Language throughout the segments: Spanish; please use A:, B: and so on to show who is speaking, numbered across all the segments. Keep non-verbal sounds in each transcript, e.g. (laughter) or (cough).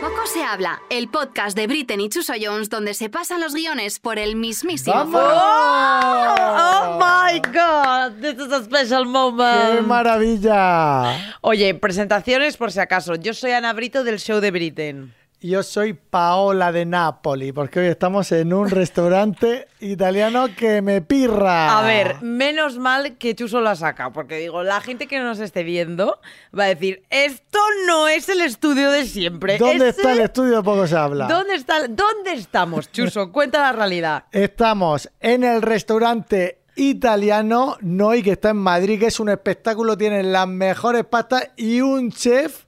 A: Poco se habla, el podcast de Britten y Chuso Jones donde se pasan los guiones por el mismísimo
B: ¡Vamos!
A: forro.
C: Oh my god, this is a special
B: ¡Qué
C: moment.
B: maravilla!
C: Oye, presentaciones por si acaso. Yo soy Ana Brito del show de Britain.
B: Yo soy Paola de Nápoli, porque hoy estamos en un restaurante italiano que me pirra.
C: A ver, menos mal que Chuso la saca, porque digo, la gente que nos esté viendo va a decir, esto no es el estudio de siempre.
B: ¿dónde
C: es
B: está el estudio? Poco se habla.
C: ¿Dónde, está, ¿Dónde estamos,
B: (laughs)
C: Chuso? Cuenta la realidad.
B: Estamos en el restaurante italiano Noi, que está en Madrid, que es un espectáculo, tienen las mejores pastas y un chef.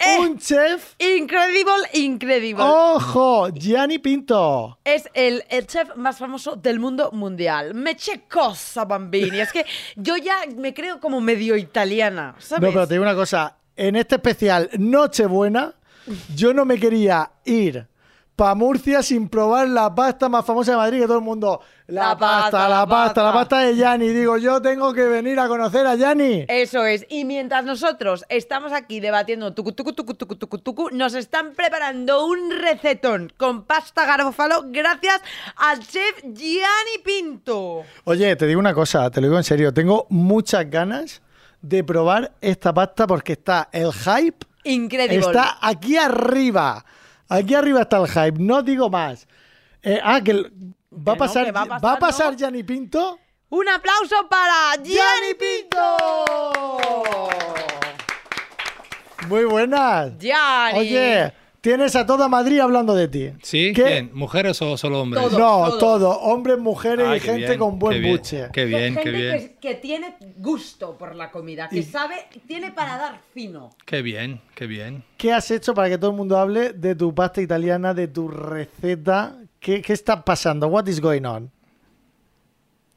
C: ¡Eh!
B: Un chef.
C: Incredible, incredible.
B: ¡Ojo! Gianni Pinto.
C: Es el, el chef más famoso del mundo mundial. Me che cosa, bambini. Es que yo ya me creo como medio italiana, ¿sabes?
B: No, pero te digo una cosa. En este especial Nochebuena, yo no me quería ir pa' Murcia sin probar la pasta más famosa de Madrid, que todo el mundo. La,
C: La
B: pasta,
C: pasta,
B: la
C: la
B: pasta, la
C: pasta".
B: pasta de Yanni. Digo, yo tengo que venir a conocer a Yanni.
C: Eso es. Y mientras nosotros estamos aquí debatiendo tucu, tucu, tucu, tucu, tucu, tucu, nos están preparando un recetón con pasta garofalo gracias al chef Gianni Pinto.
B: Oye, te digo una cosa, te lo digo en serio. Tengo muchas ganas de probar esta pasta porque está el hype.
C: Increíble.
B: Está aquí arriba. Aquí arriba está el hype. No digo más. Eh, ah, que el- va, a
C: no,
B: pasar,
C: que va a pasar,
B: va a pasar
C: ¿no?
B: Gianni Pinto.
C: Un aplauso para Gianni
B: Pinto! Muy buenas.
C: Gianni.
B: Oye, tienes a toda Madrid hablando de ti.
D: ¿Sí?
B: ¿Qué?
D: ¿Quién? ¿Mujeres o solo hombres?
C: Todos,
B: no,
C: todos.
B: todo. Hombres, mujeres
D: Ay,
B: y
D: qué
B: gente
D: bien,
B: con buen
D: qué bien,
B: buche.
D: Qué bien, qué
C: gente
D: bien,
C: Que, que tiene gusto por la comida, que
B: Y-
C: sabe, tiene para dar fino.
D: qué bien, qué bien.
B: ¿Qué has hecho para que todo el mundo hable de tu pasta italiana, de tu receta? ¿Qué, qué está pasando? What is going on?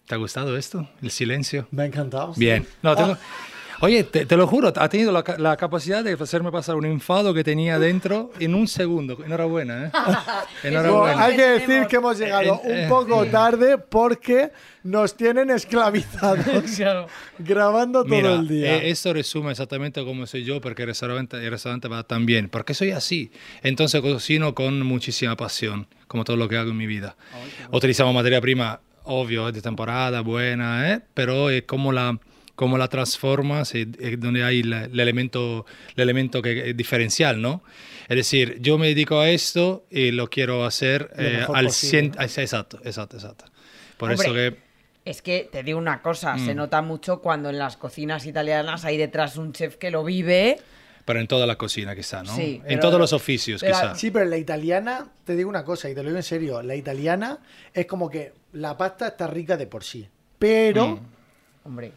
D: ¿Te ha gustado esto? El silencio.
B: Me ha encantado.
D: Bien. No, tengo-
B: Ah.
D: Oye, te, te lo juro, ha tenido la, ca- la capacidad de hacerme pasar un enfado que tenía dentro en un segundo.
C: (laughs)
D: Enhorabuena, ¿eh?
B: Bueno,
D: Enhorabuena.
B: hay que decir
C: Tenemos-
B: que hemos llegado
D: Eh,
B: un
D: eh,
B: poco tarde porque nos tienen
D: (laughs)
B: esclavizados grabando todo
D: Mira,
B: el día.
D: eh, esto resume exactamente cómo soy yo, porque el restaurante, el restaurante va tan bien, porque soy así. Entonces cocino con muchísima pasión, como todo lo que hago en mi vida. Utilizamos materia prima, obvio, de temporada, buena, ¿eh? pero es como la, como la transformas, eh, eh, donde hay la- el, elemento, el elemento que es diferencial, ¿no? Es decir, yo me dedico a esto y lo quiero hacer
B: Lo
D: eh,
B: mejor
D: al
B: posible,
D: 100%. Exacto, exacto, exacto. Por
C: Hombre,
D: eso que...
C: Es que te digo una cosa, se
D: Mm.
C: nota mucho cuando en las cocinas italianas hay detrás un chef que lo vive.
D: Pero en toda la cocina quizá, ¿no?
C: Sí,
D: en
C: pero-
D: todos los oficios
C: pero-
D: quizá.
B: Sí, pero la italiana, te digo una cosa y te lo digo en serio, la italiana es como que la pasta está rica de por sí, pero
C: Hombre,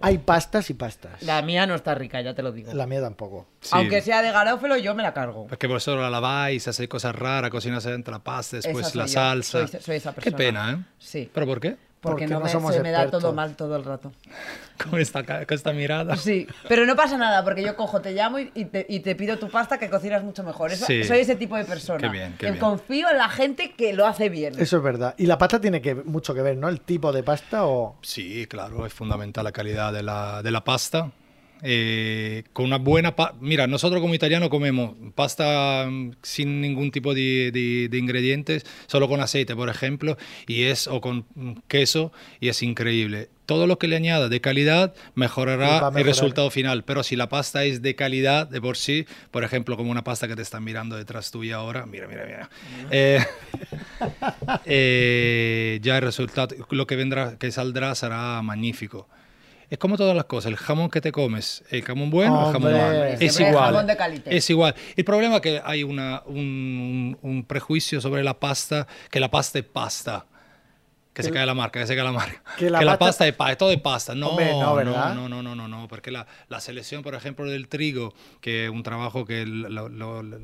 B: hay pastas y pastas. La,
C: la mía no está rica, ya te lo digo.
B: mía tampoco.
D: Sí.
C: Aunque sea de garófilo, yo me la cargo.
D: Porque vosotros la laváis, hacéis cosas raras, cocináis entre la pasta, después
C: soy
D: la
C: yo,
D: salsa.
C: soy- soy esa
D: Qué
C: persona.
D: pena, ¿eh?
C: Sí.
D: ¿Pero por qué? (laughs)
B: Porque
C: Porque, no,
B: no
C: me,
B: somos
C: se me da
B: expertos.
C: todo mal todo el rato. (laughs)
D: Con esta, ca- con esta mirada.
C: Sí, pero no pasa nada, porque yo cojo, te llamo y, y te, y te pido tu pasta que cocinas mucho mejor. Eso-
D: Sí.
C: Soy ese tipo de persona.
D: Qué bien, qué
C: que
D: bien.
C: confío en la gente que lo hace bien.
B: Eso es verdad. Y la pasta tiene que mucho que ver, ¿no? El tipo de pasta o
D: Sí, claro, es fundamental la calidad de la, de la pasta. Eh, con una buena pa- Mira, nosotros como italianos comemos pasta mm, sin ningún tipo de, de- de ingredientes, solo con aceite, por ejemplo, y es o con mm, queso, y es increíble. Todo lo que le añada de calidad
B: Va a
D: mejorará
B: mejorar.
D: el resultado final, pero si la pasta es de calidad de por sí, por ejemplo, como una pasta que te están mirando detrás tuya ahora, mira, mira, mira. Eh, eh, ya el resultado, lo que vendrá, que saldrá será magnífico. Es como todas las cosas, el jamón que te comes, el jamón bueno, el jamón
B: Hombre.
D: malo,
B: Hombre,
D: es
C: siempre hay
D: igual.
C: jamón de calidad.
D: Es igual. El problema es que hay una- un, un- un prejuicio sobre la pasta, que la pasta es pasta. Que se cae la marca, que se cae la marca.
B: Que
D: Que
B: la
D: la,
B: pasta-
D: pasta es pasta, todo es pasta. No,
B: Hombre, no,
D: no,
B: ¿verdad?
D: no, no, no, no, no, porque la, la selección, por ejemplo, del trigo, que es un trabajo que el- lo- lo- lo-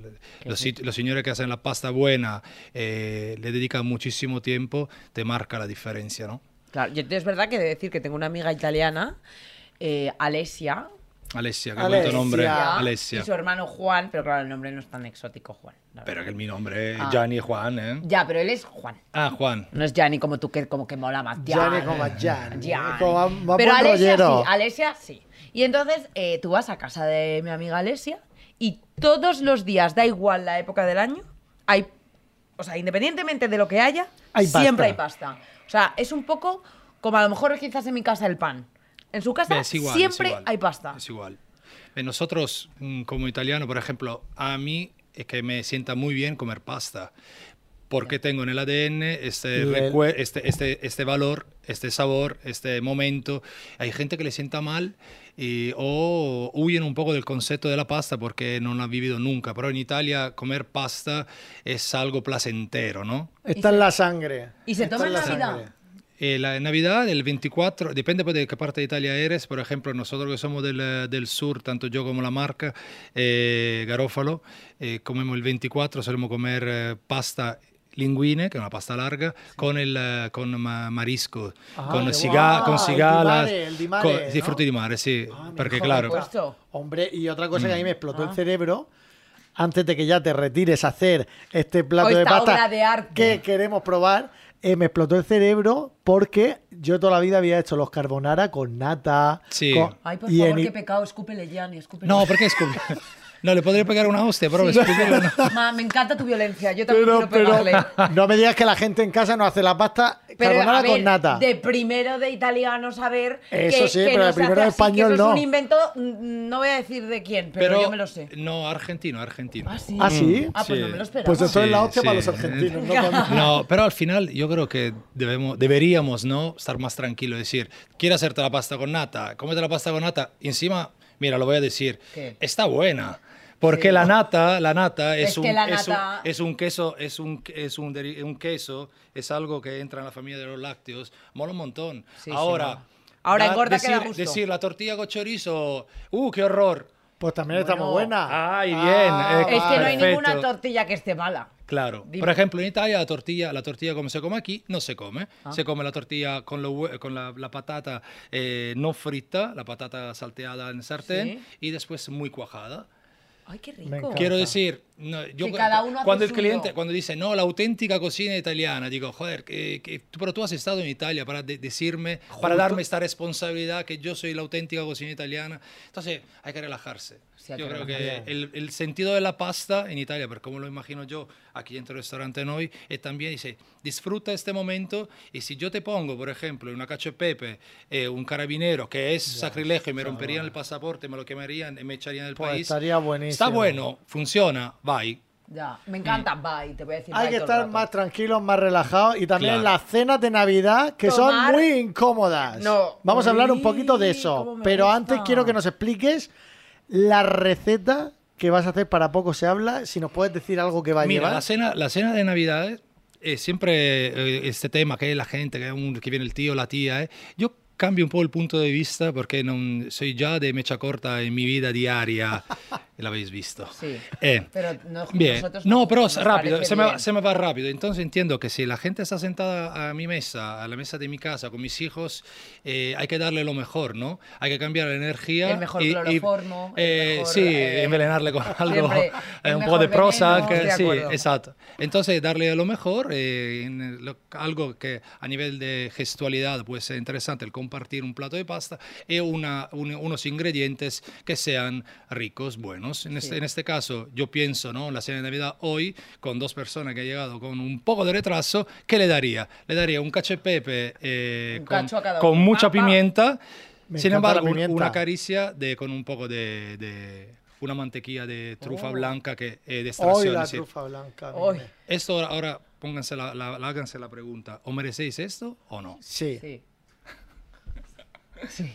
D: los, sit- los señores que hacen la pasta buena eh, le dedican muchísimo tiempo, te marca la diferencia, ¿no?
C: Claro, yo es verdad que he de decir que tengo una amiga italiana, eh, Alesia.
D: Alessia, qué bonito nombre.
B: Alessia.
D: Alessia.
C: Y su hermano Juan, pero claro, el nombre no es tan exótico, Juan. la verdad.
D: Pero que mi nombre es Gianni Juan, ¿eh?
C: Ya, pero él es Juan.
D: Ah, Juan.
C: No es Gianni como tú, que como que mola más.
B: Gianni
C: Gianni.
B: como a Gianni,
C: Gianni.
B: como a- más
C: Pero
B: buen
C: Alesia
B: rollero.
C: sí, Alesia sí. Y entonces eh, tú vas a casa de mi amiga Alesia y todos los días, da igual la época del año, hay, o sea, independientemente de lo que haya,
B: Hay
C: siempre
B: pasta.
C: hay pasta. O sea, es un poco como a lo mejor quizás en mi casa el pan. En su casa
D: Es igual, es
C: siempre
D: igual,
C: hay pasta.
D: Es igual. Eh, Nosotros, mm, como italiano, por ejemplo, a mí es que me sienta muy bien comer pasta. Porque tengo en el ADN este,
B: El-
D: recue- este, este, este valor, este sabor, este momento. Hay gente que le sienta mal y, o huyen un poco del concepto de la pasta porque no la han vivido nunca. Pero en Italia comer pasta es algo placentero, ¿no?
B: Está en la sangre.
C: ¿Y se
B: Está
C: toma en
B: la
C: Navidad?
B: sangre.
D: Eh, la Navidad, el 24, depende pues, de qué parte de Italia eres. Por ejemplo, nosotros que somos del, eh, del sur, tanto yo como la marca, eh, Garófalo, eh, comemos el 24, solemos comer eh, pasta linguine, que es una pasta larga, con, el, eh, con ma- marisco,
B: Ah,
D: con,
B: qué
D: ciga-
B: guay.
D: con
B: El di
D: cigalas,
B: mare, el di mare,
D: con,
B: ¿no?
D: sí, frutti di mare, sí,
B: Ah, mira,
D: porque
B: joder,
D: claro, Mm.
B: pues,
C: Esto. Ah.
B: Hombre, y otra cosa que a mí me explotó el cerebro, antes de que ya te retires a hacer este plato
C: O
B: de
C: esta
B: pasta
C: obra de arte.
B: que queremos probar, eh, me explotó el cerebro porque yo toda la vida había hecho los carbonara con nata.
D: Sí.
B: con-
C: Ay, por
B: y
C: favor,
B: en-
C: qué pecado, escúpele, Gianni, escúpele.
D: no, porque es
B: (laughs)
D: como- (laughs) no le podría pegar una hostia, pero escúpelo, no.
C: (laughs) Ma, me encanta tu violencia, yo también
B: pero,
C: quiero pegarle.
B: pero (laughs) no me digas que la gente en casa no hace la pasta
C: Pero
B: carbonara
C: a ver,
B: con nata.
C: de primero de italiano saber
B: Eso
C: que,
B: sí,
C: que
B: pero
C: no
B: de
C: se
B: primero de
C: hace así, que
B: español
C: eso
B: no.
C: Es un invento, mm, no voy a decir de quién, pero, yo me lo sé.
D: No, argentino, argentino.
C: Ah, sí.
B: ¿Ah, sí?
C: Ah, pues
D: Sí.
C: no me lo esperaba.
B: Pues esto es la
D: Sí,
B: hostia para los
D: sí.
B: argentinos.
C: (laughs)
B: ¿no? Cuando-
D: (laughs) No, pero al final yo creo que debemos, deberíamos ¿no? estar más tranquilos. Decir, quiero hacerte la pasta con nata, cómete la pasta con nata. Y encima, mira, lo voy a decir,
C: ¿Qué?
D: está buena. Porque la nata, la nata es,
C: Es
D: un,
C: que la
D: es un-
C: nata-
D: es un queso, es un es un, deri- un queso, es algo que entra en la familia de los lácteos, mola un montón.
C: Sí, sí, mola.
D: ahora,
C: Ahora
D: da-
C: engorda que
D: decir,
C: da gusto.
D: decir la tortilla con chorizo, uh, qué horror.
B: Pues también está
C: Bueno.
B: muy buena.
D: Ay, bien.
B: Ah,
D: eh,
C: es que no hay
D: perfecto.
C: ninguna tortilla que esté mala.
D: Claro.
C: Dime.
D: Por ejemplo, en Italia la tortilla, la tortilla como se come aquí, no se come.
C: Ah.
D: Se come la tortilla con, los hue- con la, la patata eh, no frita, la patata salteada en sartén
C: Sí.
D: y después muy cuajada.
C: Ay, qué
B: Me
C: rico.
B: encanta.
D: Quiero decir, no, yo
C: Que
D: cu-
C: cada uno hace
D: cuando el
C: suyo.
D: cliente cuando dice, no, la auténtica cocina italiana, digo, joder, que, que tú- pero tú has estado en Italia para de- decirme, para darme esta responsabilidad que yo soy la auténtica cocina italiana. Entonces, hay que relajarse.
C: Sí, hay
D: yo
C: que
D: creo que
C: relajarse.
D: el, el sentido de la pasta en Italia, por como lo imagino yo aquí dentro del restaurante hoy, es también, dice, disfruta este momento y si yo te pongo, por ejemplo, una cacio e pepe, eh, un carabinero, que es sacrilegio y me romperían el pasaporte, me lo quemarían y me echarían del
B: Pues
D: país.
B: estaría buenísimo.
D: Está bueno, funciona, bye.
C: Ya, me
D: Mm.
C: encanta. Bye, te voy a decir.
B: Hay
C: bye
B: que
C: todo el
B: estar
C: rato.
B: más tranquilos, más relajados y también
D: Claro.
B: las cenas de Navidad que son
C: Tomar-
B: muy incómodas.
C: No.
B: Vamos a hablar
C: Uy,
B: un poquito de eso,
C: cómo me
B: pero
C: gusta.
B: antes quiero que nos expliques la receta que vas a hacer para poco se habla, si nos puedes decir algo que va a
D: Mira,
B: llevar.
D: la cena, la cena de Navidad es siempre eh, este tema que es la gente, que, es un- que viene el tío, la tía. eh. Yo cambio un po' il punto di vista perché non, soy già de mecha corta en mi vita diaria.
B: (laughs)
D: L'avete visto.
C: Sí.
D: Eh,
C: Pero no-
D: Bien.
C: nosotros
D: No, pero
C: nos
D: rápido,
C: parece
D: se me, va,
C: bien.
D: se me va rápido. Entonces entiendo que si la gente está sentada a mi mesa, a la mesa de mi casa, con mis hijos, eh, hay que darle lo mejor, ¿no? Hay que cambiar la energía.
C: El mejor cloroformo, el
D: eh,
C: mejor,
D: sí,
C: eh,
D: envenenarle con (laughs) algo,
C: siempre el
D: eh, un
C: mejor
D: poco de
C: veneno,
D: prosa.
C: estoy de
D: sí,
C: acuerdo.
D: exacto. Entonces darle lo mejor, eh, en lo- algo que a nivel de gestualidad puede ser interesante, el compartir un plato de pasta y una, un- unos ingredientes que sean ricos, buenos. En, este, en este caso, yo pienso, ¿no? La cena de Navidad hoy, con dos personas que han llegado con un poco de retraso, ¿qué le daría? Le daría un cacho de pepe eh,
C: Un
D: con,
C: cacho a cada
D: con
C: uno. Ah,
D: mucha
C: Pa, pa.
D: pimienta,
B: Me encanta
D: sin
B: la
D: embargo, un-
B: pimienta.
D: una caricia de, con un poco de... de- una mantequilla de
C: Oh.
D: trufa blanca que eh, de
B: Hoy
D: extracción,
B: la
D: es decir,
B: trufa blanca.
C: Hoy.
B: mire.
D: esto ahora, ahora pónganse la, la- la- háganse la pregunta, ¿o merecéis esto o no?
B: Sí.
C: Sí.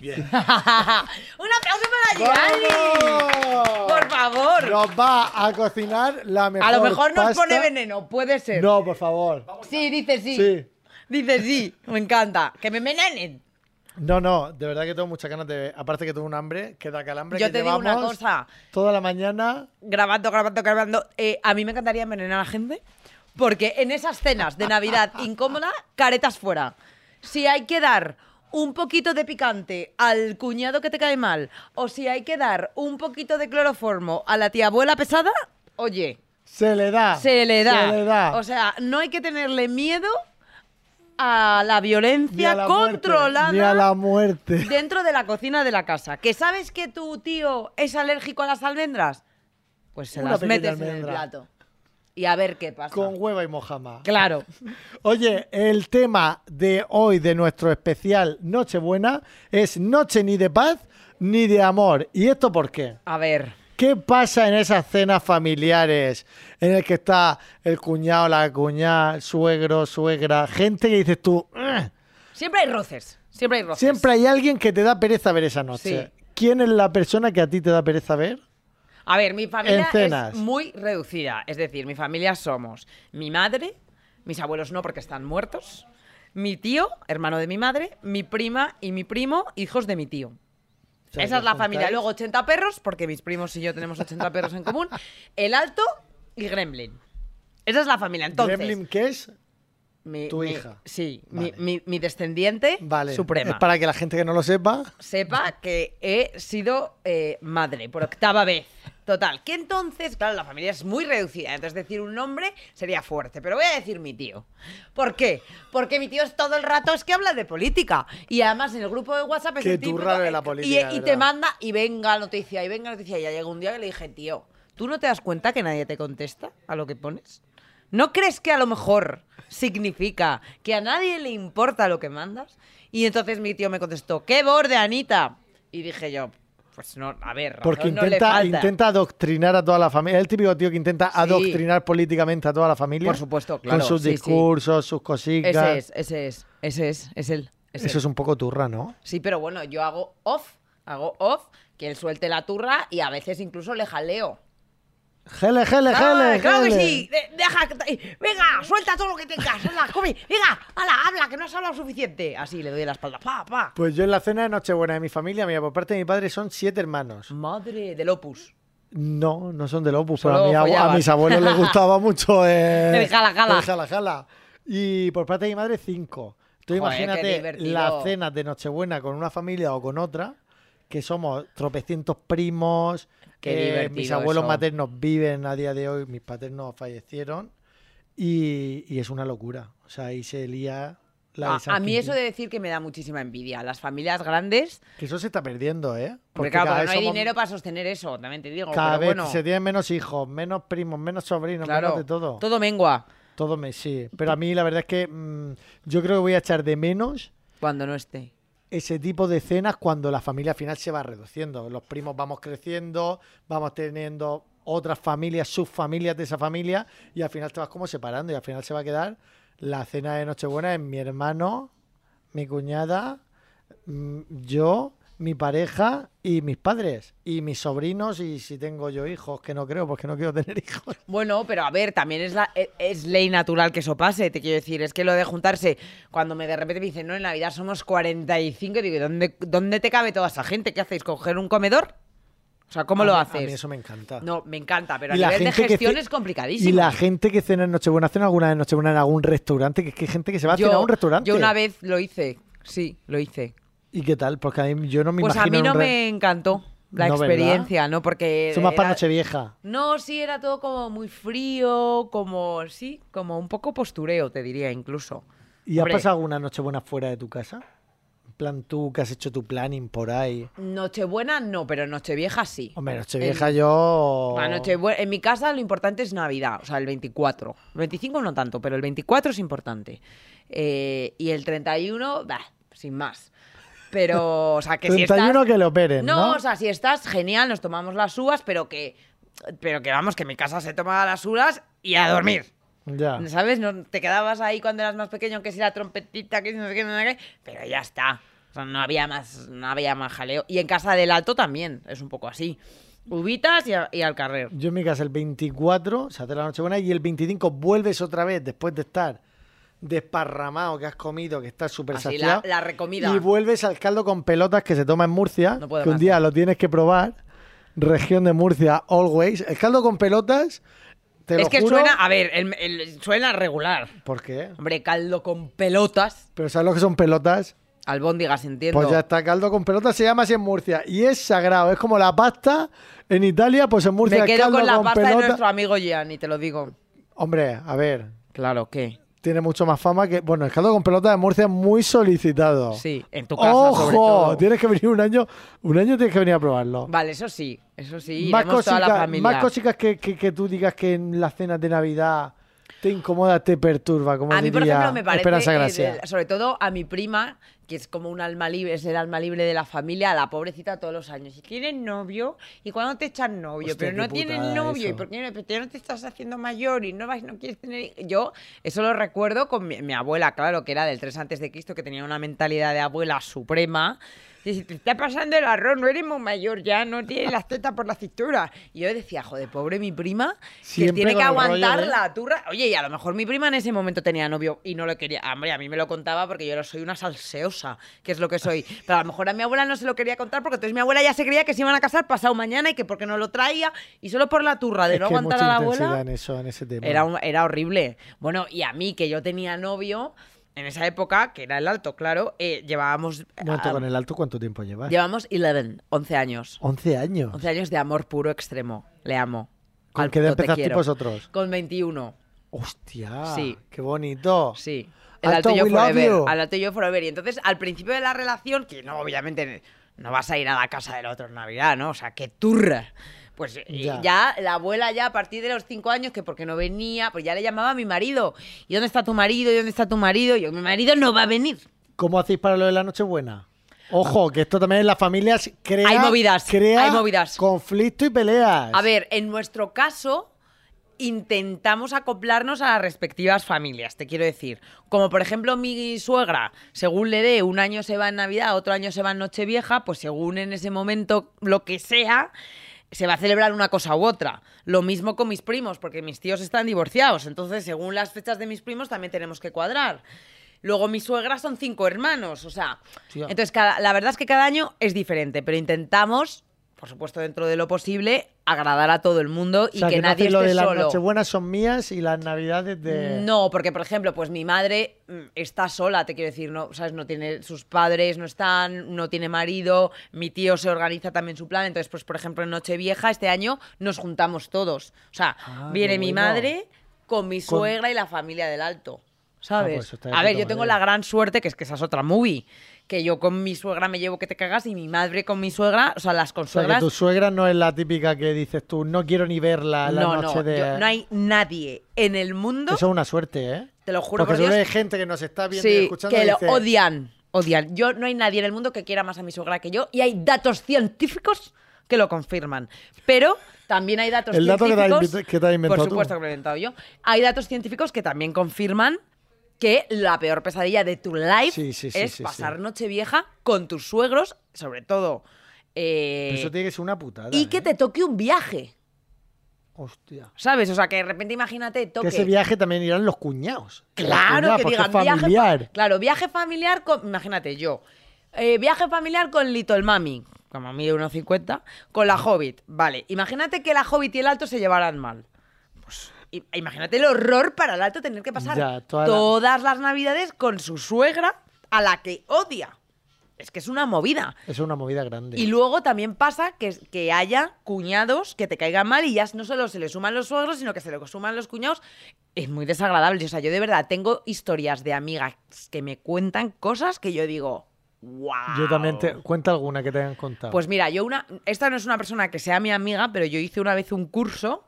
D: Bien.
C: (laughs) ¡Un aplauso para Gianni!
B: ¡Vamos!
C: Por favor.
B: Nos va a cocinar la mejor
C: a lo mejor nos
B: pasta.
C: pone veneno, puede ser.
B: No, por favor.
C: Sí, dice sí.
B: Sí.
C: Dice sí, me encanta. Que me envenenen.
B: No, no, de verdad que tengo muchas ganas de. Aparte que tengo un hambre, que da calambre.
C: Yo
B: que
C: te digo una
B: llevamos
C: cosa.
B: Toda la mañana.
C: grabando, grabando, grabando. Eh, a mí me
B: (laughs)
C: encantaría envenenar a gente porque en esas cenas de Navidad incómoda, caretas fuera. si hay que dar un poquito de picante al cuñado que te cae mal, o si hay que dar un poquito de cloroformo a la tía abuela pesada, oye,
B: Se le da.
C: se le da.
B: Ah, Se le da.
C: O sea, no hay que tenerle miedo a la violencia controlada
B: Ni a la muerte.
C: dentro de la cocina de la casa. ¿Que sabes que tu tío es alérgico a las almendras? Pues se
B: Una
C: las
B: pequeña
C: metes en el
B: almendra.
C: plato. Y a ver qué pasa.
B: (laughs) Con hueva y mojama.
C: Claro.
B: Oye, el tema de hoy de nuestro especial Nochebuena es Noche ni de paz ni de amor. ¿Y esto por qué?
C: A ver.
B: ¿Qué pasa en esas cenas familiares en el que está el cuñado, la cuñada, el suegro, suegra, gente que dices tú, "Eh, "Ugh"?
C: Siempre hay roces. Siempre hay roces.
B: siempre hay alguien que te da pereza ver esa noche?
C: Sí.
B: ¿Quién es la persona que a ti te da pereza ver?
C: A ver, mi
B: En
C: familia
B: cenas.
C: es muy reducida. Es decir, mi familia somos mi madre, mis abuelos no porque están muertos, mi tío, hermano de mi madre, mi prima y mi primo, hijos de mi tío.
B: O sea,
C: Esa es
B: que
C: la
B: os
C: familia.
B: juntáis.
C: Luego 80 perros, porque mis primos y yo tenemos 80 perros en común. El alto y Gremlin. Esa es la familia. Entonces,
B: Gremlin, ¿qué es?
C: mi-
B: tu
C: mi-
B: hija.
C: Sí,
B: Vale.
C: mi, mi- mi descendiente
B: Vale.
C: suprema
B: Es para que la gente que no lo sepa.
C: sepa que he sido eh, madre por octava vez. Total, que entonces, claro, la familia es muy reducida, entonces decir un nombre sería fuerte, pero voy a decir mi tío. ¿Por qué? Porque mi tío es todo el rato es que habla de política y además en el grupo de WhatsApp es
B: Qué
C: el típico-
B: turra de la
C: y-
B: política,
C: y,
B: de
C: te
B: verdad.
C: manda y venga noticia y venga noticia y ya llegó un día que le dije, "Tío, ¿tú no te das cuenta que nadie te contesta a lo que pones? ¿No crees que a lo mejor significa que a nadie le importa lo que mandas? Y entonces mi tío me contestó, ¡qué borde, Anita! Y dije yo, pues no, a ver, razón
B: Porque
C: no le
B: intenta,
C: falta".
B: intenta adoctrinar a toda la familia. Es el típico tío que intenta
C: Sí.
B: adoctrinar políticamente a toda la familia.
C: Por supuesto, claro,
B: Con sus
C: sí, sí.
B: discursos, sus cositas.
C: Ese es, ese es, ese es, es él. es
B: Eso
C: él.
B: es un poco turra, ¿no?
C: Sí, pero bueno, yo hago off, hago off, que él suelte la turra y a veces incluso le jaleo.
B: Gele, gele,
C: Ah,
B: gele.
C: claro que
B: gele.
C: sí. De- Deja, que- venga, suelta todo lo que tengas. Hala, come. Venga, hala, habla, que no has hablado suficiente. Así le doy la espalda. Pa, pa.
B: Pues yo en la cena de Nochebuena de mi familia, mira, por parte de mi padre son siete hermanos.
C: Madre del opus.
B: No, no son del Opus, pero
C: Solo
B: a, mi abu- a
C: follaban.
B: mis abuelos les gustaba
C: (laughs)
B: mucho el,
C: El jala, jala.
B: el jala, jala. Y por parte de mi madre, cinco. Tú
C: Joder, qué
B: imagínate
C: divertido.
B: las cenas de Nochebuena con una familia o con otra, que somos tropecientos primos, eh,
C: Qué
B: mis
C: divertido
B: abuelos
C: eso.
B: maternos viven a día de hoy, mis paternos fallecieron, y, y es una locura. O sea, ahí se lía la de
C: A,
B: San
C: Ah, a mí
B: Quintín.
C: eso de decir que me da muchísima envidia. Las familias grandes.
B: Que eso se está perdiendo, ¿eh?
C: Porque
B: cada
C: claro, porque
B: vez
C: no hay
B: somos-
C: dinero para sostener eso, también te digo.
B: Cada
C: pero
B: vez
C: bueno,
B: se tienen menos hijos, menos primos, menos sobrinos,
C: claro,
B: menos de todo.
C: Todo mengua
B: Todo me sí. Pero a mí la verdad es que mm, yo creo que voy a echar de menos
C: cuando no esté.
B: ese tipo de cenas cuando la familia al final se va reduciendo. Los primos vamos creciendo, vamos teniendo otras familias, subfamilias de esa familia y al final te vas como separando y al final se va a quedar la cena de Nochebuena en mi hermano, mi cuñada, mm, yo, mi pareja y mis padres y mis sobrinos y si tengo yo hijos, que no creo porque no quiero tener hijos.
C: Bueno, pero a ver, también es, la, e- es ley natural que eso pase, te quiero decir. Es que lo de juntarse, cuando me de repente me dicen, no, en Navidad somos 45, y digo, ¿dónde, ¿dónde te cabe toda esa gente? ¿Qué hacéis? ¿Coger un comedor? O sea, ¿cómo
B: A
C: lo
B: mí-
C: haces?
B: A mí eso me encanta.
C: No, me encanta, pero a nivel de
B: que
C: gestión
B: ce-
C: es complicadísimo.
B: Y la gente que cena en Nochebuena, cena alguna vez en Nochebuena en algún restaurante, que es que hay gente que se va a cenar a un restaurante.
C: yo una vez lo hice, sí, lo hice.
B: ¿Y qué tal? Porque a mí yo no me
C: Pues a
B: imagino
C: mí
B: en
C: no
B: un re-
C: me encantó la
B: No, ¿verdad?
C: experiencia, ¿no? Porque...
B: Eso más para
C: era-
B: Nochevieja.
C: No, sí, era todo como muy frío, como, sí, como un poco postureo, te diría incluso.
B: ¿Y
C: Hombre.
B: has pasado alguna Nochebuena fuera de tu casa? En plan tú que has hecho tu planning por ahí.
C: Nochebuena no, pero Nochevieja sí.
B: Hombre, Nochevieja
C: En-
B: yo...
C: La Nochebue- en mi casa lo importante es Navidad, o sea, el 24. 25 no tanto, pero el 24 es importante. Eh, y el 31, bah, sin más. Pero, o sea, que si
B: 31
C: estás...
B: que lo operen, ¿no?
C: o sea, si estás, genial, nos tomamos las uvas, pero que... Pero que vamos, que en mi casa se toma las uvas y a dormir.
B: Ya.
C: ¿Sabes? No, te quedabas ahí cuando eras más pequeño, que si la trompetita, que si no sé qué, no sé qué, pero ya está. O sea, no había más, no había más jaleo. Y en casa del alto también, es un poco así. Uvitas y, a- y al carrer.
B: Yo en mi casa el 24 se hace la Nochebuena y el 25 vuelves otra vez después de estar desparramado, que has comido, que estás súper
C: Así,
B: saciado.
C: la- la recomida.
B: Y vuelves al caldo con pelotas que se toma en Murcia,
C: No puedo
B: que un
C: más. eh.
B: día lo tienes que probar. Región de Murcia, always. El caldo con pelotas Te
C: es
B: lo
C: que
B: juro.
C: suena, a ver, el- el- suena regular.
B: ¿Por qué?
C: Hombre, caldo con pelotas.
B: ¿Pero sabes lo que son pelotas?
C: Albóndigas, entiendo.
B: Pues ya está, caldo con pelotas se llama así en Murcia. Y es sagrado, es como la pasta en Italia, pues en Murcia
C: Me
B: es
C: quedo
B: caldo
C: con la pasta de
B: pelota.
C: nuestro amigo Gianni, te lo digo.
B: Hombre, a ver,
C: Claro, ¿qué?
B: tiene mucho más fama que. Bueno, el caldo con pelotas de Murcia es muy solicitado.
C: Sí, en tu casa sobre
B: ¡Ojo!
C: todo.
B: Tienes que venir un año, un año tienes que venir a probarlo.
C: Vale, eso sí, eso sí,
B: más,
C: iremos toda la
B: cosica-
C: familia.
B: más cositas que, que- que tú digas que en las cenas de Navidad te incomoda, te perturba, como
C: A mí, por
B: diría
C: ejemplo, me parece,
B: Esperanza
C: eh, de-
B: Gracia.
C: sobre todo a mi prima, que es como un alma libre, es el alma libre de la familia, a la pobrecita todos los años. Y tienes novio, ¿y cuándo te echan novio?
B: Hostia,
C: pero
B: qué
C: no tienes
B: putada
C: novio, ¿y
B: eso.
C: por qué no, pero te- no te estás haciendo mayor y no vas, no quieres tener... Yo eso lo recuerdo con mi, mi abuela, claro, que era del 3 antes de Cristo, que tenía una mentalidad de abuela suprema. Y si te está pasando el arroz, no eres muy mayor ya, no tienes las tetas por la cintura. Y yo decía, joder, pobre mi prima, que
B: Siempre
C: tiene que
B: con el rollo ¿eh? de-
C: aguantarla la turra. Oye, y a lo mejor mi prima en ese momento tenía novio y no lo quería. Ah, Hombre, a mí me lo contaba porque yo soy una salseosa, que es lo que soy. Pero a lo mejor a mi abuela no se lo quería contar porque entonces mi abuela ya se creía que se iban a casar pasado mañana y que porque no lo traía. Y solo por la turra de
B: Es
C: no
B: que hay
C: aguantar
B: mucha
C: a la
B: intensidad
C: abuela.
B: en eso, en ese tema.
C: Era, un- era horrible. Bueno, y a mí, que yo tenía novio. En esa época, que era el alto, claro, eh, llevábamos.
B: Un momento,
C: ah,
B: con ¿eh? el alto, ¿cuánto tiempo llevas?
C: Llevamos 11, 11 años.
B: 11 años.
C: 11 años de amor puro extremo. Le amo.
B: ¿Con
C: Al
B: qué edad
C: punto te
B: empezasteis
C: quiero.
B: vosotros?
C: Con 21.
B: Hostia,
C: Sí.
B: qué bonito.
C: Sí. El
B: Alto
C: alto, yo
B: we love
C: forever.
B: you.
C: Al alto yo forever. Y entonces, al principio de la relación, que no, obviamente, no vas a ir a la casa del otro en Navidad, ¿no? O sea, qué turra. Pues eh,
B: Ya.
C: ya. la abuela ya a partir de los cinco años, que porque no venía, pues ya le llamaba a mi marido. ¿Y dónde está tu marido? ¿Y dónde está tu marido? Y yo, mi marido no va a venir.
B: ¿Cómo hacéis para lo de la Nochebuena? Ojo, que esto también en las familias crea,
C: Hay movidas,
B: crea
C: hay movidas.
B: conflicto y peleas.
C: A ver, en nuestro caso intentamos acoplarnos a las respectivas familias, te quiero decir. Como por ejemplo mi suegra, según le dé, un año se va en Navidad, otro año se va en Nochevieja, pues según en ese momento lo que sea, se va a celebrar una cosa u otra. Lo mismo con mis primos, porque mis tíos están divorciados, entonces según las fechas de mis primos también tenemos que cuadrar. Luego mi suegra son cinco hermanos, o sea,
B: Hostia.
C: entonces cada- la verdad es que cada año es diferente, pero intentamos, por supuesto dentro de lo posible, agradar a todo el mundo
B: O
C: y
B: sea,
C: que,
B: no
C: nadie
B: hacéis lo
C: esté
B: de las
C: solo.
B: Nochebuenas son mías y las Navidades de...
C: No, porque por ejemplo, pues mi madre mm, está sola, te quiero decir, no, sabes, no tiene sus padres, no están, no tiene marido, mi tío se organiza también su plan, entonces pues por ejemplo en Nochevieja este año nos juntamos todos. O sea,
B: Ah,
C: viene
B: qué
C: mi
B: bueno.
C: madre con mi suegra y la familia del alto. ¿Sabes?
B: pues, está de
C: a ver,
B: puta
C: yo tengo
B: madre.
C: la gran suerte, que es que esa es otra movie, que yo con mi suegra me llevo que te cagas y mi madre con mi suegra, o sea, las
B: O sea, que
C: consuegras
B: tu suegra no es la típica que dices tú, no quiero ni verla la
C: no,
B: noche
C: no,
B: de...
C: yo- no hay nadie en el mundo,
B: Eso es una suerte, ¿eh?
C: te lo juro
B: Porque
C: por
B: seguro
C: Dios,
B: hay gente que nos está viendo y
C: sí,
B: escuchando
C: que
B: y
C: lo
B: dice,
C: odian, odian. Yo no hay nadie en el mundo que quiera más a mi suegra que yo y hay datos científicos que lo confirman. Pero también hay datos
B: El dato que te has
C: científicos
B: invent- que te has inventado
C: Por
B: tú.
C: supuesto que me lo he inventado yo. Hay datos científicos que también confirman que la peor pesadilla de tu life
B: Sí, sí, sí,
C: es
B: sí, sí.
C: pasar noche vieja con tus suegros, sobre todo. eh,
B: Eso tiene que ser una putada.
C: y que
B: ¿eh?
C: te toque un viaje,
B: Hostia.
C: ¿sabes? O sea, que de repente imagínate toque
B: Que ese viaje también irán los cuñados.
C: Claro,
B: Los
C: que
B: cuñados, porque
C: digan
B: es
C: viaje.
B: pues familiar.
C: fa- Claro, viaje familiar con. Imagínate yo. eh, viaje familiar con Little Mami, como mide 1,50, con la Hobbit. Vale, imagínate que la Hobbit y el alto se llevaran mal. Pues, i- imagínate el horror para el alto tener que pasar
B: Ya, toda la-
C: todas las navidades con su suegra, a la que odia. Es que es una movida.
B: Eso es una movida grande.
C: Y luego también pasa que, que haya cuñados que te caigan mal y ya no solo se le suman los suegros, sino que se le suman los cuñados. Es muy desagradable. O sea, yo de verdad tengo historias de amigas que me cuentan cosas que yo digo, wow.
B: Yo también te... Cuenta alguna que te hayan contado.
C: Pues mira, yo una. Esta no es una persona que sea mi amiga, pero yo hice una vez un curso.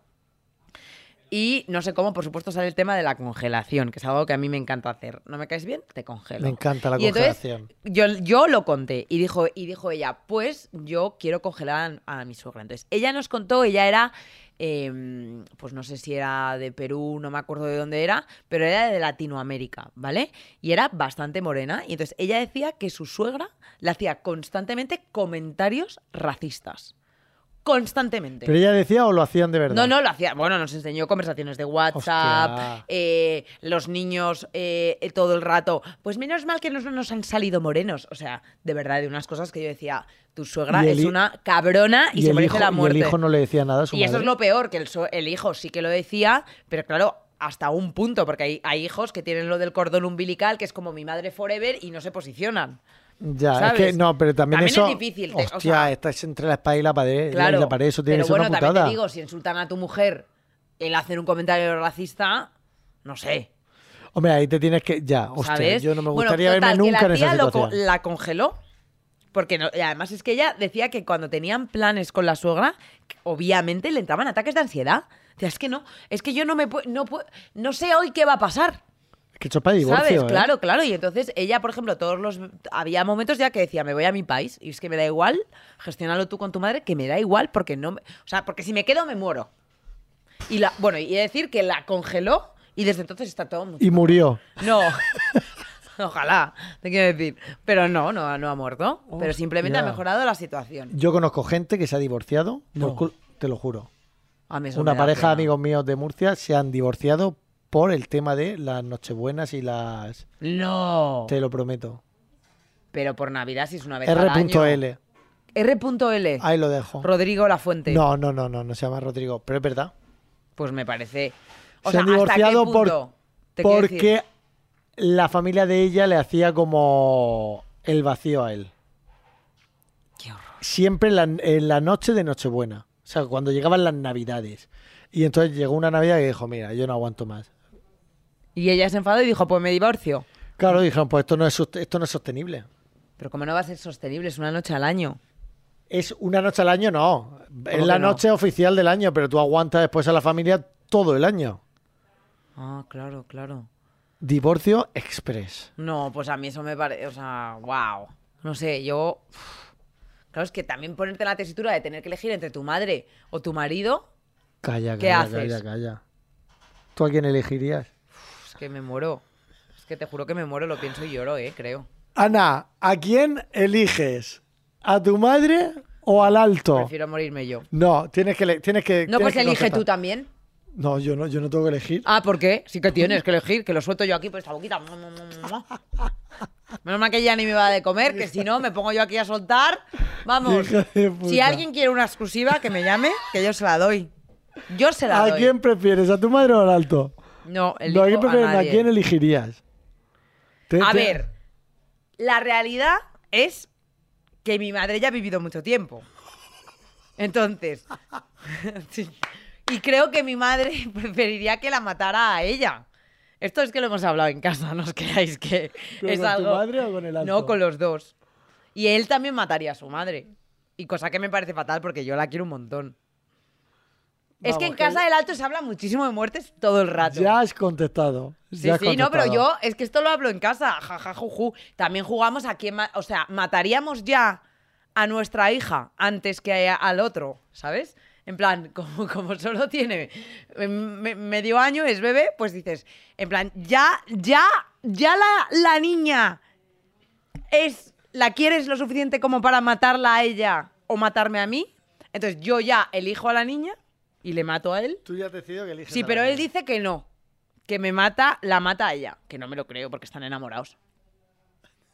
C: Y no sé cómo, por supuesto, sale el tema de la congelación, que es algo que a mí me encanta hacer. ¿No me caes bien? Te congelo.
B: Me encanta la
C: Y entonces,
B: congelación.
C: yo, yo lo conté y dijo, y dijo ella, pues yo quiero congelar a, a mi suegra. Entonces, ella nos contó, ella era, eh, pues no sé si era de Perú, no me acuerdo de dónde era, pero era de Latinoamérica, ¿vale? Y era bastante morena. Y entonces ella decía que su suegra le hacía constantemente comentarios racistas. constantemente.
B: Pero ella decía o lo hacían de verdad.
C: No, no, lo hacía. Bueno, nos enseñó conversaciones de WhatsApp,
B: Hostia.
C: eh, los niños eh, eh, todo el rato. Pues menos mal que no nos han salido morenos. O sea, de verdad, de unas cosas que yo decía, tu suegra
B: Y el
C: es
B: hi-
C: una cabrona y, se
B: el
C: merece
B: hijo,
C: la muerte.
B: Y el hijo no le decía nada a su
C: Y eso
B: madre.
C: es lo peor, que el, so- el hijo sí que lo decía, pero claro, hasta un punto, porque hay, hay hijos que tienen lo del cordón umbilical, que es como mi madre forever, y no se posicionan.
B: Ya,
C: ¿sabes?
B: es que no, pero también,
C: También
B: eso.
C: es difícil, te- o
B: Hostia,
C: sea-
B: estás entre la espada y la pared.
C: Claro.
B: y la pared, eso tiene
C: pero
B: que ser
C: bueno,
B: una
C: también
B: putada.
C: te digo, si insultan a tu mujer el hacer un comentario racista, no sé.
B: Hombre, ahí te tienes que. Ya, hostia,
C: ¿Sabes?
B: yo no me
C: Bueno,
B: gustaría
C: total,
B: verme
C: que
B: nunca en
C: la tía
B: esa
C: lo
B: situación.
C: co- la congeló. Porque no- y además es que ella decía que cuando tenían planes con la suegra, que obviamente le entraban ataques de ansiedad. Decía, es que no, es que yo no me pue- no, pue- no sé hoy qué va a pasar.
B: Que eso es para divorcio.
C: ¿Sabes?
B: ¿eh?
C: Claro, claro. Y entonces ella, por ejemplo, todos los había momentos ya que decía, me voy a mi país, y es que me da igual, gestionalo tú con tu madre, que me da igual, porque no me- O sea, porque si me quedo me muero. Y la, bueno, y he de decir que la congeló y desde entonces está todo mucho.
B: Y murió.
C: No. (laughs) Ojalá, te quiero decir. Pero no, no, no ha muerto. pero simplemente ha
B: Hostia.
C: mejorado la situación.
B: Yo conozco gente que se ha divorciado. por
C: No.
B: cul- te lo juro.
C: A mí eso
B: Una
C: me da
B: pareja
C: pena.
B: de amigos míos de Murcia se han divorciado por el tema de las nochebuenas y las.
C: No.
B: Te lo prometo.
C: Pero por Navidad si es una vez al año.
B: R.L.
C: R.L.
B: Ahí lo dejo.
C: Rodrigo La Fuente.
B: No, no, no, no, no se llama Rodrigo. Pero es verdad.
C: Pues me parece. O
B: se
C: sea,
B: han divorciado
C: ¿hasta qué punto?
B: por,
C: Te quiero decir,
B: porque la familia de ella le hacía como el vacío a él.
C: Qué horror.
B: Siempre en la, en la noche de Nochebuena. O sea, cuando llegaban las Navidades. Y entonces llegó una Navidad que dijo, mira, yo no aguanto más.
C: Y ella se enfadó y dijo, pues me divorcio.
B: Claro, dijeron, pues esto no es, sust- esto no es sostenible.
C: Pero como no va a ser sostenible, es una noche al año.
B: Es una noche al año, no. Es
C: que
B: la
C: no?
B: noche oficial del año, pero tú aguantas después a la familia todo el año.
C: Ah, claro, claro.
B: Divorcio express.
C: No, pues a mí eso me parece, o sea, wow. No sé, yo... uf. Claro, es que también ponerte en la tesitura de tener que elegir entre tu madre o tu marido,
B: Calla, calla,
C: ¿Qué haces?
B: calla, calla. ¿Tú a quién elegirías?
C: uf, es pues que me muero. Es que te juro que me muero, lo pienso y lloro, eh, creo.
B: Ana, ¿a quién eliges? ¿A tu madre o al alto?
C: Prefiero morirme yo.
B: No, tienes que, ele- tienes que.
C: No,
B: tienes
C: pues
B: que
C: elige tú
B: contestar.
C: también.
B: No, yo no, yo no tengo que elegir.
C: Ah, ¿por qué? Sí que tienes que elegir, que lo suelto yo aquí por esta boquita. Mua, mua, mua, mua. Menos mal que ya ni me va a de comer, que si no me pongo yo aquí a soltar. Vamos,
B: Hija de puta.
C: si alguien quiere una exclusiva, que me llame, que yo se la doy. Yo se la
B: ¿A
C: doy.
B: quién prefieres? ¿A tu madre o al alto? No,
C: No, elijo
B: ¿a quién prefieres? ¿A
C: nadie.
B: quién elegirías? Te-
C: A
B: te-
C: ver, la realidad es que mi madre ya ha vivido mucho tiempo. Entonces, (laughs) sí. y creo que mi madre (laughs) preferiría que la matara a ella. Esto es que lo hemos hablado en casa, (laughs) no os creáis que
B: ¿Pero
C: es
B: con tu
C: algo.
B: madre o con el
C: No,
B: alto?
C: con los dos. Y él también mataría a su madre. Y cosa que me parece fatal porque yo la quiero un montón. es que en
B: Vamos, que-
C: casa del alto se habla muchísimo de muertes todo el rato.
B: Ya has contestado.
C: Sí,
B: ya has
C: sí, no, pero
B: contestado.
C: yo, es que esto lo hablo en casa, jaja, juju. También jugamos a quién, ma- o sea, mataríamos ya a nuestra hija antes que a- al otro, ¿sabes? En plan, (laughs) como, como solo tiene me- me- medio año, es bebé, pues dices, en plan, ya, ya, ya la, la niña es, la quieres lo suficiente como para matarla a ella o matarme a mí. Entonces yo ya elijo a la niña y le mato a él.
B: Tú ya has decidido que eliges.
C: Sí,
B: a
C: pero
B: la
C: él
B: niña.
C: dice que no. Que me mata, la mata a ella. Que no me lo creo porque están enamorados.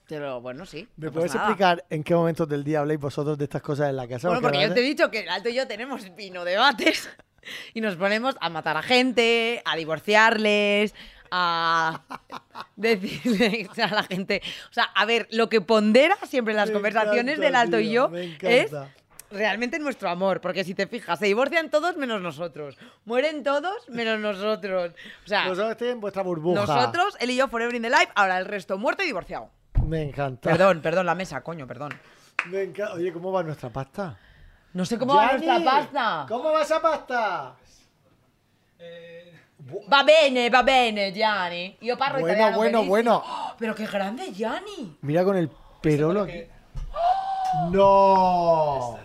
C: Pero bueno, sí.
B: ¿Me
C: no
B: puedes
C: pasa pues nada.
B: explicar en qué momentos del día habláis vosotros de estas cosas en la casa?
C: Bueno, porque yo te
B: ¿vale?
C: he dicho que el alto y yo tenemos vino debates (laughs) y nos ponemos a matar a gente, a divorciarles, a (laughs) decirle a la gente. O sea, a ver, lo que pondera siempre en las
B: Me
C: conversaciones
B: encanta,
C: del alto y
B: tío,
C: yo
B: me
C: es
B: encanta.
C: realmente nuestro amor. Porque si te fijas, se divorcian todos menos nosotros. Mueren todos menos nosotros. O sea,
B: Vosotros estáis en vuestra burbuja.
C: Nosotros, él y yo, Forever in the Life, ahora el resto muerto
B: (laughs)
C: y divorciado.
B: Me encanta.
C: Perdón, perdón, la mesa, coño, perdón.
B: Me encanta. Oye, ¿cómo va nuestra pasta?
C: No sé cómo va
B: Gianni,
C: nuestra pasta.
B: ¿Cómo va esa pasta?
C: Va bene, va bene, Gianni. Yo parlo
B: Bueno,
C: italiano
B: bueno,
C: buenísimo.
B: bueno.
C: ¡Oh! pero qué grande, Gianni.
B: Mira con el perolo aquí. ¡No!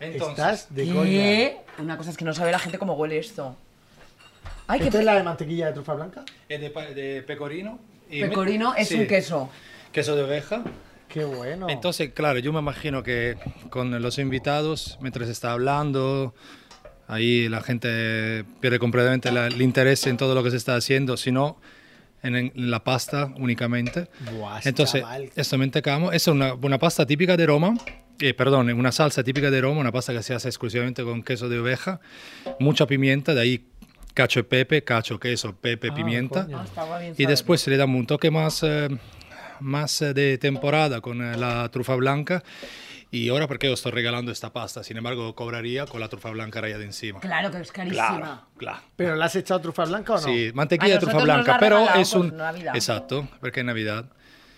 D: Entonces,
B: Estás de coña.
C: ¿Qué? Una cosa es que no sabe la gente cómo huele esto. Ay, qué
B: ¿Esto Este es la de mantequilla de trufa blanca?
D: es de, pa- de pecorino. y-
C: pecorino es
D: sí,
C: un queso.
D: Queso de oveja.
B: Qué bueno.
D: Entonces, claro, yo me imagino que con los invitados, mientras está hablando, ahí la gente pierde completamente la- el interés en todo lo que se está haciendo, sino en, en la pasta únicamente.
B: Buah,
D: Entonces,
B: chaval.
D: esto mentecamo es una, una pasta típica de Roma, eh, perdón, una salsa típica de Roma, una pasta que se hace exclusivamente con queso de oveja, mucha pimienta, de ahí cacho e pepe, cacho, queso, pepe,
B: Ah,
D: pimienta.
B: coño.
D: Y después se le da un toque más, eh, más eh, de temporada con eh, la trufa blanca. Y ahora, porque os estoy regalando esta pasta? Sin embargo, cobraría con la trufa blanca rayada encima.
E: Claro que es
D: Claro,
E: carísima.
D: claro.
B: ¿Pero le has echado trufa blanca o no?
D: Sí,
E: A
D: mantequilla de trufa
E: nosotros nos la
D: blanca,
E: ha
D: pero
E: regalado
D: es
E: por
D: un...
E: Navidad.
D: Exacto, porque es Navidad.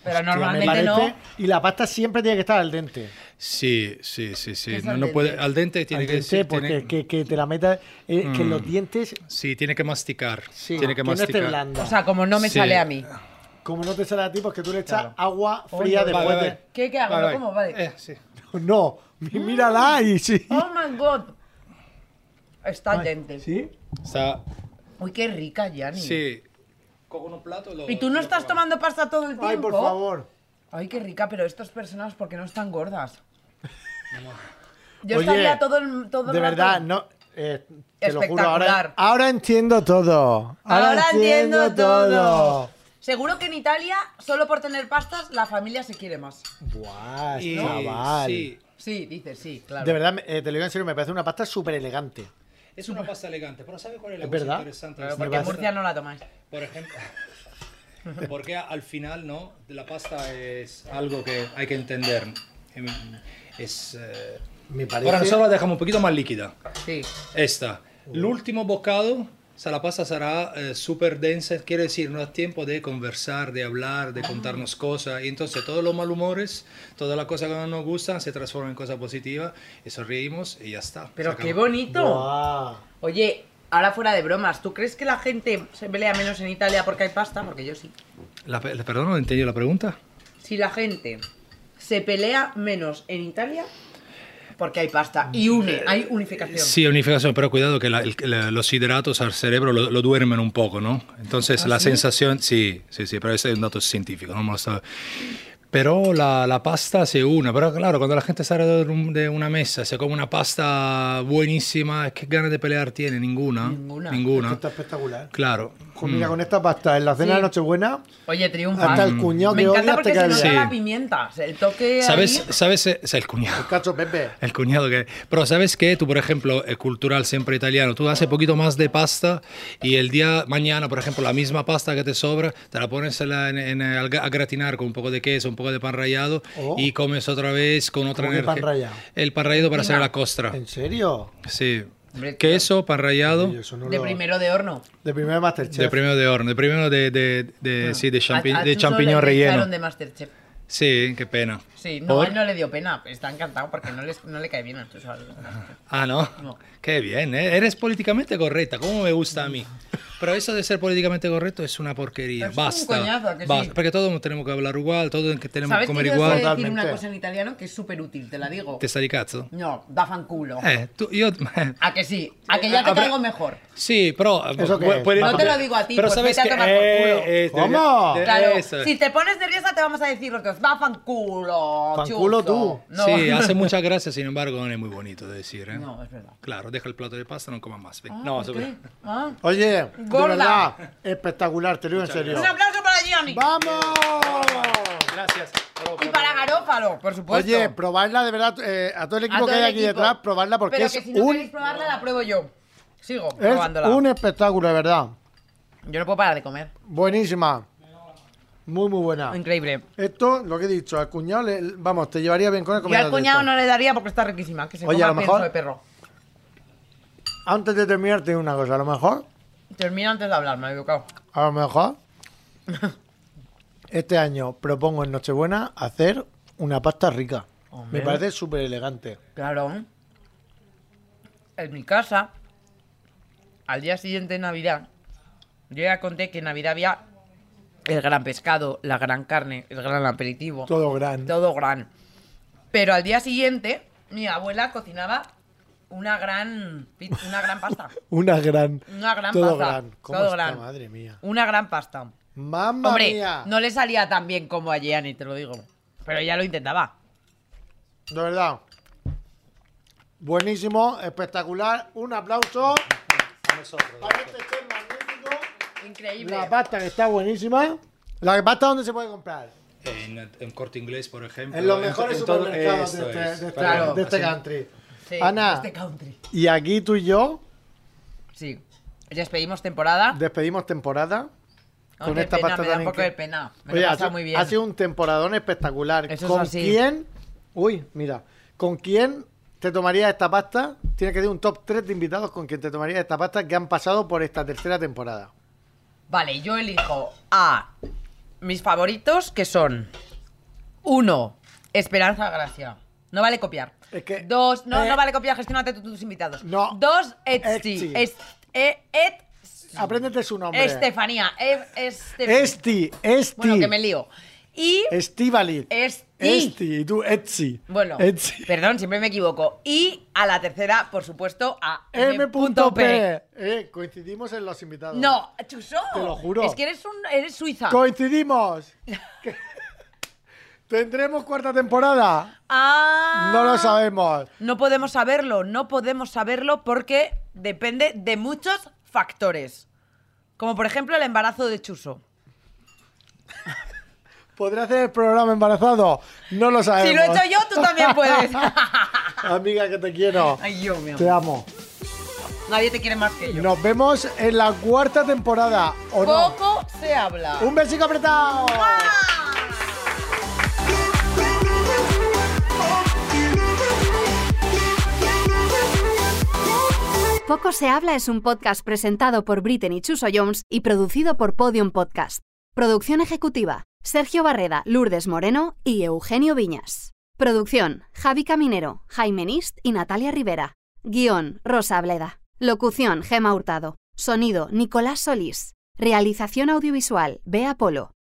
E: Pero
B: Tío, me
E: normalmente no.
B: parece- Y la pasta siempre tiene que estar al dente.
D: Sí, sí, sí, sí.
E: Es
D: No,
E: al
D: no puede,
E: dente.
D: al dente tiene
B: al
D: que
B: dente,
D: ser-
B: porque
D: tiene-
B: que, que te la metas, eh, que los dientes,
D: Sí, tiene que masticar.
B: sí, este
D: tiene que
B: no esté
D: masticar.
B: blanda.
C: O sea, como no me
D: Sí.
C: sale a mí.
B: como no te sale a ti, porque tú le echas agua fría
D: Vale,
B: después
D: vale.
B: de...
C: ¿Qué, qué hago?
D: Vale,
C: ¿Lo
D: vale.
C: como? Vale.
D: Eh, sí.
B: (laughs) No, mí- mírala y sí.
C: ¡Oh, my God! Está al dente.
B: ¿Sí?
D: Está-
E: Uy, qué rica, Yanni.
D: sí. Cojo un plato lo-
C: ¿Y tú no
D: lo
C: estás
D: probamos.
C: tomando pasta todo el tiempo?
B: Ay, por favor.
C: Ay, qué rica, pero estas personas, ¿por qué no están
B: (laughs)
C: gordas? Yo
B: Oye,
C: estaría todo el, todo el
B: De
C: rato-
B: verdad, no... eh, te lo juro,
C: Espectacular.
B: ahora, ahora entiendo todo.
C: Ahora, entiendo todo. Seguro que en Italia, solo por tener pastas, la familia se quiere más.
B: Buah,
D: Y-
B: chaval.
D: sí.
C: Sí, dices, sí, claro.
B: De verdad, me- eh, te lo digo en serio, me parece una pasta súper elegante.
D: Es una pasta elegante, pero ¿sabes cuál es la
B: Es
D: cosa
B: verdad.
D: interesante? de
B: Claro,
D: esta
C: porque en
D: pasta?
C: Murcia no la tomáis.
D: Por ejemplo, (laughs) porque al final, ¿no? La pasta es algo que hay que entender. Em, Es, eh,
B: Me parece...
D: Ahora nosotros la dejamos un poquito más líquida.
C: Sí.
D: Esta. El último bocado, se la pasta será súper densa, quiere decir, no da tiempo de conversar, de hablar, de contarnos cosas. Y entonces todos los malhumores, todas las cosas que no nos gustan, se transforman en cosas positivas y sonreímos y ya está.
C: Pero
D: Se
C: qué
D: acabó.
C: bonito.
B: Buah.
C: Oye, ahora fuera de bromas, ¿tú crees que la gente se pelea menos en Italia porque hay pasta? Porque yo sí.
D: La, pe- perdón, no he entendido la pregunta.
C: Si la gente se pelea menos en Italia porque hay pasta y une, hay unificación.
D: Eh, Sí, unificación, pero cuidado que la- el- la- los hidratos al cerebro lo, lo duermen un poco, ¿no? Entonces
C: ¿Ah,
D: la sensación, sí, sí, sí, pero ese es un dato científico, no me lo sabe. Pero la, la pasta se une, pero claro, cuando la gente está alrededor de un- de una mesa, se come una pasta buenísima, ¿qué ganas de pelear tiene? Ninguna.
C: Ninguna.
D: Ninguna.
B: Esto está espectacular.
D: Claro.
B: Con- Mira, con esta pasta en la cena de Nochebuena,
C: Oye, triunfa.
B: hasta el cuñado
C: Me
B: que
C: encanta
B: odias
C: porque
B: te
C: se
B: cae
C: nota
B: bien.
D: Sí.
C: la pimienta, se- el toque.
D: ¿Sabes?
C: ahí.
D: ¿Sabes? Es el cuñado.
B: Cacho Pepe.
D: El cuñado que... Pero sabes que tú, por ejemplo, es cultural siempre italiano, tú haces poquito más de pasta y el día mañana, por ejemplo, la misma pasta que te sobra, te la pones en la- en- en- eh, al gra- a gratinar con un poco de queso, un poco de pan rallado
B: Oh.
D: y comes otra vez con otra
B: ¿Cómo que pan
D: energía.
B: rallado?
D: El pan rallado para hacer la costra.
B: ¿En serio?
D: Sí.
C: Hombre,
D: Queso, pan rallado.
B: Oye, eso no
C: De
B: lo-
C: primero de horno.
B: De primer Masterchef.
D: De primero de horno, de primero de, de, de- sí, de, champi-
C: Ah, A- a
D: de
C: Chuso
D: champiñón
C: le echaron
D: relleno.
C: de Masterchef.
D: Sí, qué pena.
C: Sí, no,
D: ¿Por?
C: a él no le dio pena. Está encantado porque no, les- no le cae bien a Chuso.
D: Ah, ¿no?
C: No.
D: Qué bien, ¿eh? eres políticamente correcta, como me gusta a mí. Pero eso de ser políticamente correcto es una porquería.
C: Es un
D: basta.
C: coñazo, que
D: basta.
C: sí.
D: Porque todos tenemos que hablar igual, todos que tenemos que
C: ¿Sabes que
D: comer
C: yo
D: igual.
C: sé decir
B: Totalmente.
C: una cosa en italiano que es súper útil? Te la digo.
D: (laughs) ¿Te está di cazzo?
C: No, da fan culo.
D: Eh, tú, yo. (laughs)
C: A que sí, a que ya te
D: Habrá-
C: caigo mejor.
D: Sí, pero.
B: ¿Eso qué
D: pu-
B: es?
D: puede-
C: No te lo digo a ti,
D: Pero
C: pues
D: sabes
C: vete
D: que.
C: a tomar por culo.
D: eh, eh, debería-
B: ¿Cómo?
D: de-
C: Claro,
D: eso.
C: si te pones nerviosa te vamos a decir lo que os va fanculo.
B: Fanculo
C: chuzo.
B: tú. ah.
C: No. (laughs)
D: Sí, hace muchas gracias, sin embargo, no es muy bonito de decir, ¿eh?
C: No, es verdad.
D: Claro, deja el plato de pasta, no coma más. Ven.
C: Ah,
D: no,
C: ¿por
D: sobre-
C: qué? Ah.
B: Oye,
C: Gorda.
B: de verdad, espectacular, te lo digo en serio.
C: Un aplauso para Gianni.
B: ¡Vamos!
D: Gracias.
C: Y para Garófalo, por supuesto.
B: Oye, probarla de verdad, eh, a todo el
C: A
B: equipo
C: todo
B: que hay
C: el
B: aquí
C: equipo.
B: detrás, probarla porque
C: Pero
B: es
C: que si no queréis
B: un
C: probarla, la pruebo yo. Sigo probándola.
B: es un espectáculo, de verdad.
C: Yo no puedo parar de comer.
B: Buenísima. Muy muy buena.
C: Increíble.
B: Esto, lo que he dicho, al cuñado le- vamos, te llevaría bien con el
C: Yo al
B: comedor de
C: cuñado
B: esto.
C: no le daría porque está riquísima. Que se
B: Oye,
C: coma
B: a lo
C: pienso
B: mejor-
C: de perro.
B: Antes de terminar te digo una cosa, a lo mejor,
C: Termina antes de hablar, me he equivocado.
B: a lo
C: (laughs)
B: mejor este año propongo en Nochebuena hacer una pasta rica.
C: Hombre.
B: Me parece súper elegante.
C: Claro. En mi casa, al día siguiente de Navidad, yo ya conté que en Navidad había el gran pescado, la gran carne, el gran aperitivo.
B: Todo grande.
C: Todo gran. Pero al día siguiente, mi abuela cocinaba una gran, pi- una gran pasta.
B: Una gran.
C: Una gran
B: (laughs) todo
C: pasta.
B: gran. ¿Cómo
C: Todo
B: está?
C: gran.
B: Madre mía.
C: Una gran pasta.
B: Mamma
C: Hombre,
B: mía.
C: no le salía tan bien como a Gianni, te lo digo.
F: Pero ella lo intentaba.
B: De verdad. Buenísimo, espectacular. Un aplauso para este chef magnífico.
C: Increíble.
B: La pasta que está buenísima. La pasta dónde se puede comprar.
D: En, en corte inglés, por ejemplo.
B: En los mejores
D: en todo-
B: supermercados de
D: esto
B: este,
D: es,
B: de este-
D: claro,
B: de este
D: así.
B: country.
C: Sí,
B: Ana.
C: Este country.
B: Y aquí tú y yo
C: Sí. Despedimos temporada.
B: despedimos temporada
C: Aunque
B: con esta
C: pena,
B: pasta
C: me da
B: tan
C: un poco
B: incre-
C: de pena. Me lo
B: Oye,
C: he
B: ha
C: pasado
B: sido-
C: muy bien.
B: Ha sido un temporadón espectacular.
C: Eso es
B: ¿Con
C: así.
B: quién? Uy, mira. ¿Con quién te tomarías esta pasta? Tienes que decir un top 3 de invitados con quien te tomarías esta pasta que han pasado por esta tercera temporada.
C: Vale, yo elijo a mis favoritos que son uno, Esperanza Gracia. No vale copiar.
B: Es que-
C: Dos, no,
B: eh,
C: no vale copiar, gestionate tú tus invitados.
B: No.
C: Dos, Etsy.
B: Etsy.
C: Es- eh, Etsy.
B: Apréndete su nombre.
C: Estefanía. eh, Estef-
B: Esti, Esti.
C: Bueno, que me lío. Y
B: Estivali.
C: Esti.
B: Esti. Y tú, Etsy.
C: Bueno,
B: Etsy.
C: perdón, siempre me equivoco. Y a la tercera, por supuesto, a
B: M.P. Eh, coincidimos en los invitados.
C: No, Chuso.
B: Te lo juro.
C: Es que eres un eres suiza. (laughs)
B: Coincidimos. (laughs) ¿Tendremos cuarta temporada?
C: Ah.
B: No lo sabemos.
C: No podemos saberlo, no podemos saberlo porque depende de muchos factores. Como por ejemplo el embarazo de Chuso.
B: ¿Podré hacer el programa embarazado? No lo sabemos.
C: Si lo he hecho yo, tú también puedes.
B: (laughs) Amiga, que te quiero.
C: Ay, yo me
B: Te amo.
C: Nadie te quiere más que yo.
B: Nos vemos en la cuarta temporada, ¿o no?
C: Poco se habla.
B: ¡Un besito apretado!
A: Poco se habla es un podcast presentado por Britney Chuso Jones y producido por Podium Podcast. Producción ejecutiva: Sergio Barreda, Lourdes Moreno y Eugenio Viñas. Producción: Javi Caminero, Jaime Nist y Natalia Rivera. Guión: Rosa Ableda. Locución: Gema Hurtado. Sonido: Nicolás Solís. Realización audiovisual: Bea Polo.